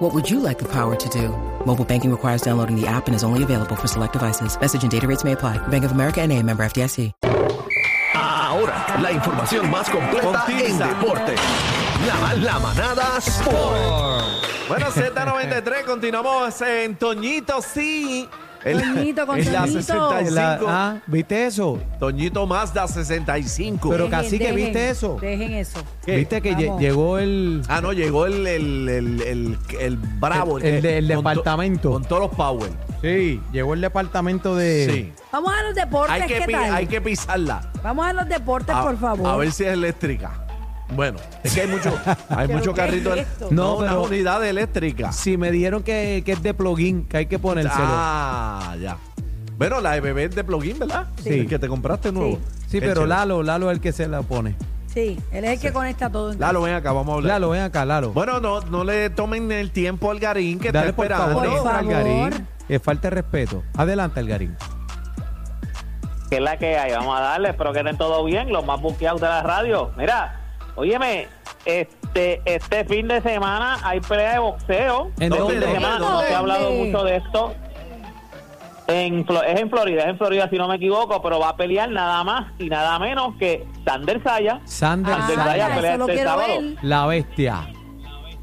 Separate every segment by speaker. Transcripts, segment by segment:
Speaker 1: What would you like the power to do? Mobile banking requires downloading the app and is only available for select devices. Message and data rates may apply. Bank of America and a member FDIC.
Speaker 2: Ahora, la información más completa en
Speaker 3: Contiza.
Speaker 2: deporte. La, la manada Sport.
Speaker 3: Bueno, Z93, continuamos en Toñito, sí. En la-
Speaker 4: Toñito, con
Speaker 3: en la
Speaker 4: Toñito.
Speaker 3: 65.
Speaker 5: En la- ah, ¿Viste eso?
Speaker 3: Toñito Mazda 65.
Speaker 5: Pero-
Speaker 4: Dejen,
Speaker 5: cacique, ¿viste
Speaker 4: dejen,
Speaker 5: eso?
Speaker 4: Dejen eso.
Speaker 3: ¿Qué?
Speaker 5: ¿Viste que lle-
Speaker 4: Vamos.
Speaker 5: llegó el...
Speaker 3: ah, no, llegó el, el, el, el, el bravo.
Speaker 5: El- el de- el
Speaker 3: que- con to-
Speaker 5: departamento.
Speaker 3: Con todos los power.
Speaker 5: Sí, llegó el departamento de...
Speaker 3: Sí.
Speaker 4: Vamos a los deportes,
Speaker 3: Hay que,
Speaker 4: ¿qué
Speaker 3: pi-
Speaker 4: tal?
Speaker 3: hay que pisarla.
Speaker 4: Vamos a los deportes,
Speaker 3: A-
Speaker 4: por favor.
Speaker 3: A ver si es eléctrica. Bueno, es que hay mucho, hay
Speaker 4: ¿Pero
Speaker 3: mucho
Speaker 4: qué
Speaker 3: carrito. el-
Speaker 4: es esto?
Speaker 3: no,
Speaker 5: No,
Speaker 3: una
Speaker 5: pero-
Speaker 3: unidad eléctrica.
Speaker 5: Sí, me dijeron que, que es de plugin, que hay que ponérselo.
Speaker 3: Ah, ya. Bueno, la de bebé es de plugin, ¿verdad?
Speaker 5: Sí.
Speaker 3: El que te compraste nuevo. Qué
Speaker 5: sí, pero
Speaker 3: chévere.
Speaker 5: Lalo, Lalo es el que se la pone.
Speaker 4: Sí, él es el que conecta todo. entonces.
Speaker 3: Lalo, ven acá, vamos a hablar.
Speaker 5: Lalo, ven acá, Lalo.
Speaker 3: Bueno, no, no le tomen el tiempo al Garín que
Speaker 5: Dale
Speaker 3: está
Speaker 5: por
Speaker 3: esperando.
Speaker 5: favor,
Speaker 4: Por
Speaker 5: entra,
Speaker 4: favor.
Speaker 5: Algarín. Es falta de respeto. Adelante, Algarín.
Speaker 6: que es la que hay. Vamos a darle, espero que estén todo bien, los más buqueados de la radio. Mira, óyeme, este, este fin de semana hay pelea de boxeo.
Speaker 5: ¿En
Speaker 6: Este
Speaker 5: dónde?
Speaker 6: fin de semana
Speaker 4: ¿Dónde?
Speaker 6: No se
Speaker 4: ¿Dónde?
Speaker 6: ha hablado mucho de esto. En, Flo- es en Florida, es en Florida si no me equivoco, pero va a pelear nada más y nada menos que Sander Saya.
Speaker 5: Sander
Speaker 4: Ah,
Speaker 6: Sander Saya
Speaker 5: Sayas,
Speaker 4: eso
Speaker 6: pelea
Speaker 4: lo
Speaker 6: este
Speaker 4: quiero
Speaker 6: sábado.
Speaker 4: ver.
Speaker 5: la bestia.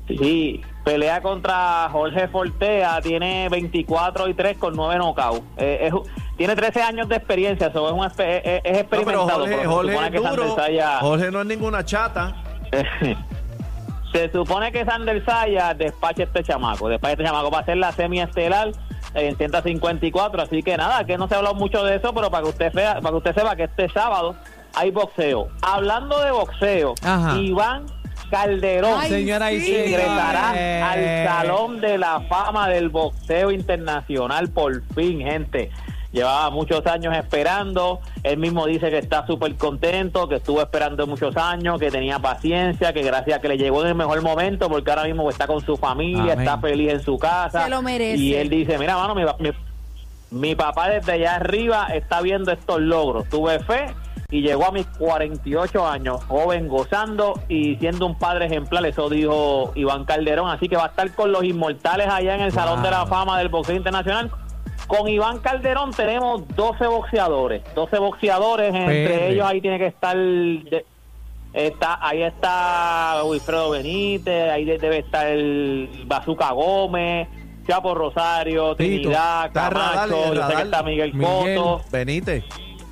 Speaker 6: Sí, pelea contra Jorge Fortea, tiene 24 y 3 con 9 knockouts. Eh, es un- tiene 13 años de experiencia, so es, un, espe- eh, eh,
Speaker 3: No,
Speaker 6: es
Speaker 3: pero
Speaker 6: experimentado.
Speaker 3: Jorge,
Speaker 6: pero se
Speaker 3: Jorge
Speaker 6: supone
Speaker 3: es
Speaker 6: que Sander
Speaker 3: duro.
Speaker 6: Saya-
Speaker 3: Jorge no es ninguna chata.
Speaker 6: se supone que Sander Saya despache este chamaco, despache este chamaco va a ser la semiestelar en 154, así que nada, que no se ha hablado mucho de eso, pero para que usted vea, para que usted sepa que este sábado hay boxeo. Hablando de boxeo,
Speaker 5: Ajá.
Speaker 6: Iván Calderón
Speaker 4: Ay,
Speaker 5: Señora y eh,
Speaker 4: sí.
Speaker 6: ingresará
Speaker 5: señores.
Speaker 6: al Salón de la Fama del Boxeo Internacional por fin, gente. Llevaba muchos años esperando, él mismo dice que está súper contento, que estuvo esperando muchos años, que tenía paciencia, que gracias a que le llegó en el mejor momento, porque ahora mismo está con su familia,
Speaker 5: Amén.
Speaker 6: está feliz en su casa.
Speaker 4: Se lo merece.
Speaker 6: Y él dice, mira, mano, mi, pa- mi- mi papá desde allá arriba está viendo estos logros. Tuve fe y llegó a mis 48 años, joven, gozando y siendo un padre ejemplar. Eso dijo Iván Calderón. Así que va a estar con los inmortales allá en el
Speaker 5: Wow.
Speaker 6: Salón de la Fama del Boxeo Internacional. Con Iván Calderón tenemos 12 boxeadores. 12 boxeadores. Entre
Speaker 5: Perre.
Speaker 6: ellos ahí tiene que estar... de- Está, ahí está Wilfredo Benítez, ahí de- debe estar el Bazooka Gómez, Chapo Rosario,
Speaker 5: Tito,
Speaker 6: Trinidad,
Speaker 3: está Radal,
Speaker 6: Camacho, yo sé que
Speaker 3: Radal,
Speaker 6: está Miguel,
Speaker 5: Miguel.
Speaker 6: Coto,
Speaker 3: Benítez.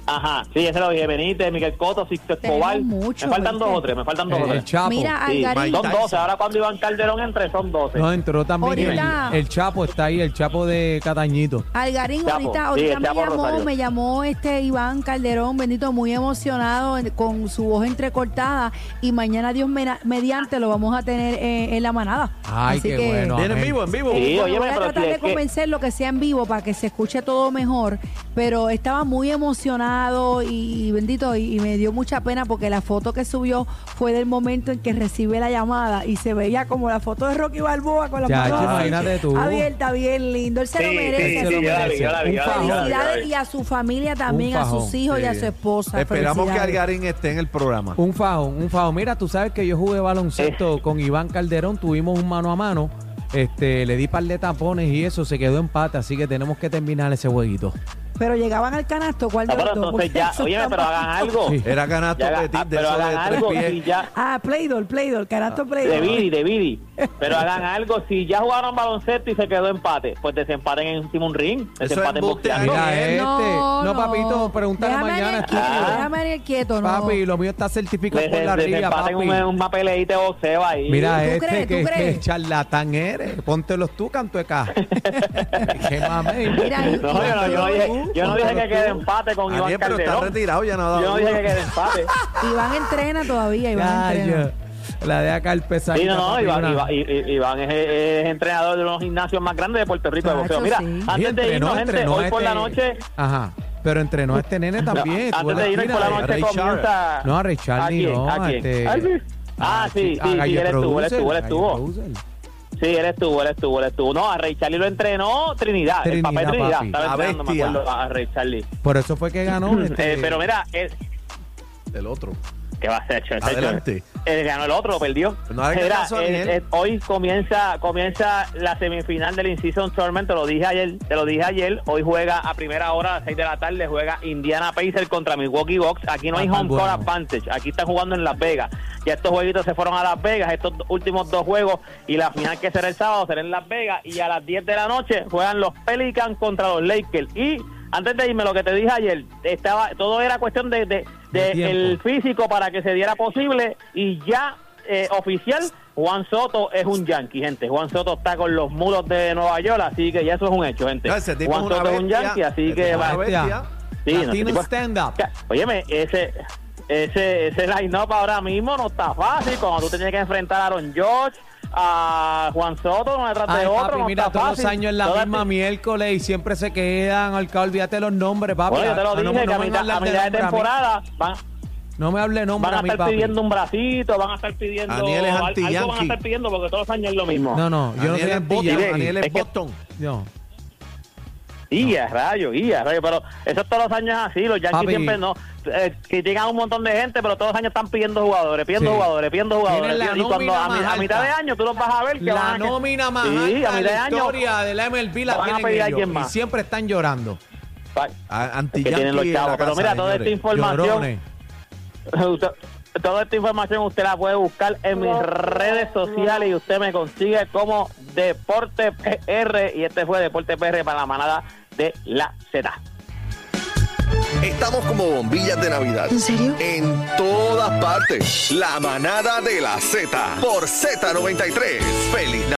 Speaker 6: ajá, sí, ese lo dije, Benítez, Miguel Coto, Sixto
Speaker 4: Tenemos
Speaker 6: Escobar,
Speaker 4: mucho,
Speaker 6: me faltan
Speaker 4: ¿viste?
Speaker 6: dos o tres, me faltan dos
Speaker 5: El,
Speaker 6: o
Speaker 5: el
Speaker 6: tres.
Speaker 5: Chapo.
Speaker 4: Mira,
Speaker 6: Sí,
Speaker 4: Algarín.
Speaker 6: son 12, ahora cuando Iván Calderón entre son 12.
Speaker 5: Nos entró también el,
Speaker 4: Ahorita-
Speaker 5: el Chapo, está ahí, el Chapo de Catañito.
Speaker 4: Algarín,
Speaker 6: Chapo,
Speaker 4: ahorita,
Speaker 6: sí,
Speaker 4: ahorita
Speaker 6: el
Speaker 4: me
Speaker 6: Chapo
Speaker 4: llamó,
Speaker 6: Rosario.
Speaker 4: me llamó este Iván Calderón, bendito, muy emocionado, en- con su voz entrecortada, y mañana Dios mena- mediante lo vamos a tener eh, en la manada.
Speaker 5: Ay,
Speaker 4: Así
Speaker 5: qué
Speaker 4: que,
Speaker 5: bueno.
Speaker 3: Viene en
Speaker 5: amén.
Speaker 3: vivo, en vivo.
Speaker 6: Sí,
Speaker 4: Bueno,
Speaker 6: óyeme,
Speaker 4: voy a
Speaker 6: pero
Speaker 4: tratar
Speaker 6: si
Speaker 4: de
Speaker 6: es que-
Speaker 4: convencerlo que sea en vivo para que se escuche todo mejor, pero estaba muy emocionado y, y bendito, y, y me dio mucha pena porque la foto que subió fue del momento en que recibe la llamada y se veía como la foto de Rocky Balboa con la
Speaker 5: Ya, imagínate tú.
Speaker 4: abierta, bien lindo, él se lo merece.
Speaker 5: sí,
Speaker 4: se lo
Speaker 5: yo la vi,
Speaker 4: merece.
Speaker 5: yo la vi,
Speaker 4: Un
Speaker 5: yo la vi, yo la vi.
Speaker 4: Felicidades y
Speaker 6: Ah,
Speaker 4: a su familia también,
Speaker 5: Un
Speaker 4: a sus
Speaker 5: fajón,
Speaker 4: hijos y a
Speaker 3: sí.
Speaker 4: su esposa.
Speaker 3: Esperamos que
Speaker 4: Felicidades.
Speaker 3: Algarín esté en el programa.
Speaker 5: Un fajón, un fajón. Mira, tú sabes que yo jugué
Speaker 6: Eh.
Speaker 5: baloncesto con Iván Calderón, tuvimos un mano a mano, este, le di par de tapones y eso, se quedó empate, así que tenemos que terminar ese jueguito.
Speaker 4: Pero llegaban al canasto, ¿cuál de
Speaker 6: Ah,
Speaker 4: los
Speaker 6: pero
Speaker 4: dos?
Speaker 6: entonces
Speaker 4: Porque
Speaker 6: ya,
Speaker 4: eso
Speaker 6: óyeme,
Speaker 4: está
Speaker 6: pero
Speaker 4: mal.
Speaker 6: hagan algo.
Speaker 5: Sí.
Speaker 3: Era
Speaker 6: Ya
Speaker 3: canasto
Speaker 6: hagan-
Speaker 3: petit
Speaker 6: ah,
Speaker 3: de
Speaker 6: pero
Speaker 3: esos
Speaker 6: hagan
Speaker 3: de
Speaker 6: algo,
Speaker 3: tres
Speaker 6: sí,
Speaker 3: pies.
Speaker 6: ya.
Speaker 4: Ah, Playdol, Playdol, canasto
Speaker 6: Ah, De
Speaker 4: Playdol.
Speaker 6: Vidi, de Vidi. Pero hagan algo. Si ya jugaron baloncesto y se quedó empate, pues desempaten en último un ring. Desempaten
Speaker 3: embuste,
Speaker 6: boxeando.
Speaker 3: No,
Speaker 5: Mira
Speaker 3: eh.
Speaker 5: este. No, papito, pregúntale
Speaker 4: Déjame
Speaker 5: mañana.
Speaker 4: Ariel quieto,
Speaker 6: Ah.
Speaker 4: Déjame Ariel quieto, no.
Speaker 5: Papi, lo mío está certificado por la
Speaker 6: Dese-
Speaker 5: rilla,
Speaker 6: Desempaten
Speaker 5: papi.
Speaker 6: un, una peleita de boxeo ahí.
Speaker 5: Mira
Speaker 4: ¿Tú
Speaker 5: este
Speaker 4: crees, tú
Speaker 5: que,
Speaker 4: crees?
Speaker 5: que charlatán eres. Póntelos tú, cantueca. Qué mame.
Speaker 4: Mira, y-
Speaker 6: No, yo no, yo no dije, yo no dije que quede empate con Iván
Speaker 3: Ariel, pero está
Speaker 6: Calderón.
Speaker 3: retirado, ya no ha
Speaker 6: Yo
Speaker 3: dado
Speaker 6: no dije
Speaker 3: duro.
Speaker 6: que quede empate.
Speaker 4: Iván entrena todavía, Iván
Speaker 5: Ay,
Speaker 4: entrena.
Speaker 5: yo- La de acá el pesadito.
Speaker 6: Sí, no, no, Iván, Iván- I- I- Iván es, es entrenador de unos gimnasios más grandes de Puerto Rico de
Speaker 4: Chacho,
Speaker 6: boxeo. Mira,
Speaker 4: sí.
Speaker 5: este
Speaker 6: antes de irnos, gente, hoy por la noche
Speaker 5: Ajá. Pero entrenó a este nene también.
Speaker 6: No,
Speaker 5: estuvo en
Speaker 6: antes de irnos por la
Speaker 5: esquina.
Speaker 6: noche
Speaker 3: Ray
Speaker 6: comienza.
Speaker 5: No, a Ray Charlie
Speaker 6: quién?
Speaker 5: no.
Speaker 6: ¿A
Speaker 5: a
Speaker 6: quién?
Speaker 5: este-
Speaker 6: ¿A quién?
Speaker 5: a
Speaker 6: Ah, sí,
Speaker 5: Chi- a
Speaker 6: sí, sí,
Speaker 5: Gallo
Speaker 6: él estuvo, él
Speaker 5: Producer,
Speaker 6: estuvo, él
Speaker 5: Gallo
Speaker 6: estuvo.
Speaker 5: Producer.
Speaker 6: Sí, él estuvo, él estuvo, él estuvo. No, a Ray Charlie lo entrenó Trinidad, el papá de
Speaker 5: Trinidad,
Speaker 6: Trinidad.
Speaker 5: papi.
Speaker 6: Estaba
Speaker 3: La
Speaker 6: entrenando, me
Speaker 3: bestia.
Speaker 6: acuerdo, a Ray Charlie.
Speaker 5: Por eso fue que ganó. este,
Speaker 6: Eh, pero mira, él,
Speaker 3: El otro.
Speaker 6: ¿qué va a hacer? Chacho?
Speaker 3: Adelante.
Speaker 6: Él ganó el otro, lo perdió.
Speaker 5: Pues
Speaker 3: No hagas
Speaker 6: Mira,
Speaker 3: caso a
Speaker 6: eh,
Speaker 3: Ariel.
Speaker 6: eh, hoy comienza comienza la semifinal del In-Season Tournament, te lo dije ayer, te lo dije ayer. Hoy juega a primera hora, a las 6 de la tarde, juega Indiana Pacers contra Milwaukee Bucks. Aquí no
Speaker 5: Ah,
Speaker 6: hay
Speaker 5: está
Speaker 6: home
Speaker 5: bueno.
Speaker 6: court advantage, aquí están jugando en Las Vegas. Ya estos jueguitos se fueron a Las Vegas, estos últimos dos juegos y la final que será el sábado será en Las Vegas y a las 10 de la noche juegan los Pelicans contra los Lakers y antes de irme lo que te dije ayer, estaba todo era cuestión de- de,
Speaker 5: De
Speaker 6: de
Speaker 5: tiempo.
Speaker 6: el físico para que se diera posible y ya eh, oficial Juan Soto es un yankee, gente. Juan Soto está con los mulos de Nueva York, así que ya eso es un hecho, gente.
Speaker 3: No, ese tipo
Speaker 6: Juan
Speaker 3: es una
Speaker 6: Soto es un
Speaker 3: bestia.
Speaker 6: yankee, así
Speaker 3: Ese tipo
Speaker 6: que
Speaker 3: es
Speaker 6: va.
Speaker 3: una bestia.
Speaker 6: Sí, no, ese
Speaker 5: Latino
Speaker 6: tipo-
Speaker 5: Stand Up.
Speaker 6: Ya, Óyeme, ese ese ese line-up ahora mismo no está fácil cuando tú tienes que enfrentar a Aaron George, a Juan Soto, no detrás
Speaker 5: Ay,
Speaker 6: de otro,
Speaker 5: papi,
Speaker 6: no
Speaker 5: mira,
Speaker 6: está
Speaker 5: todos los
Speaker 6: fácil.
Speaker 5: años en la
Speaker 6: Todas-
Speaker 5: misma miércoles y siempre se quedan. Alca, olvídate los nombres, papi.
Speaker 6: Bueno, yo te lo
Speaker 5: Ah, no
Speaker 6: dije
Speaker 5: me-
Speaker 6: que
Speaker 5: no
Speaker 6: a
Speaker 5: me
Speaker 6: mitad,
Speaker 5: hablas
Speaker 6: a mitad de
Speaker 5: nombre mí.
Speaker 6: temporada van
Speaker 5: No me hable nombre
Speaker 6: Van a
Speaker 5: mí,
Speaker 6: estar
Speaker 5: papi.
Speaker 6: pidiendo un bracito, van a estar pidiendo.
Speaker 3: Aniel es
Speaker 6: al- Algo van a
Speaker 3: anti-yankee.
Speaker 6: estar pidiendo porque todos los años es lo mismo.
Speaker 5: No, no, yo no soy
Speaker 3: Daniel es
Speaker 5: antillano,
Speaker 3: Boston.
Speaker 6: Mire,
Speaker 3: Daniel
Speaker 6: es
Speaker 3: es
Speaker 6: que-
Speaker 3: Boston.
Speaker 5: No.
Speaker 6: Y a rayo, y a rayo. Pero eso es todos los años así. Los Yankees
Speaker 5: Papi.
Speaker 6: siempre no. Eh, critican a un montón de gente, pero todos los años están pidiendo jugadores, pidiendo
Speaker 5: Sí.
Speaker 6: jugadores, pidiendo jugadores.
Speaker 5: Tienen la
Speaker 6: Y cuando a,
Speaker 5: nómina
Speaker 6: mi- a
Speaker 5: más
Speaker 6: mitad de
Speaker 5: alta.
Speaker 6: año tú los vas a ver que van
Speaker 5: La
Speaker 6: a que-
Speaker 5: nómina más
Speaker 6: Sí,
Speaker 5: alta
Speaker 6: a
Speaker 5: de
Speaker 6: mitad de
Speaker 5: la
Speaker 6: año.
Speaker 5: historia de la MLB
Speaker 6: Van
Speaker 5: la
Speaker 6: a
Speaker 5: tienen
Speaker 6: pedir a
Speaker 5: ellos
Speaker 6: alguien
Speaker 5: y
Speaker 6: más.
Speaker 5: siempre están llorando.
Speaker 6: pa-
Speaker 3: A-
Speaker 6: que tienen
Speaker 3: Anti-yankee
Speaker 6: los
Speaker 3: en la
Speaker 6: chavos. Pero
Speaker 3: casa,
Speaker 6: mira, toda esta
Speaker 3: señores.
Speaker 6: información.
Speaker 5: Llorones.
Speaker 6: Usted- Toda esta información usted la puede buscar en mis redes sociales y usted me consigue como Deporte PR. Y este fue Deporte PR para la manada de la Z.
Speaker 2: Estamos como bombillas de Navidad.
Speaker 7: ¿En serio?
Speaker 2: En todas partes. La manada de la Z por Z93. Feliz Navidad.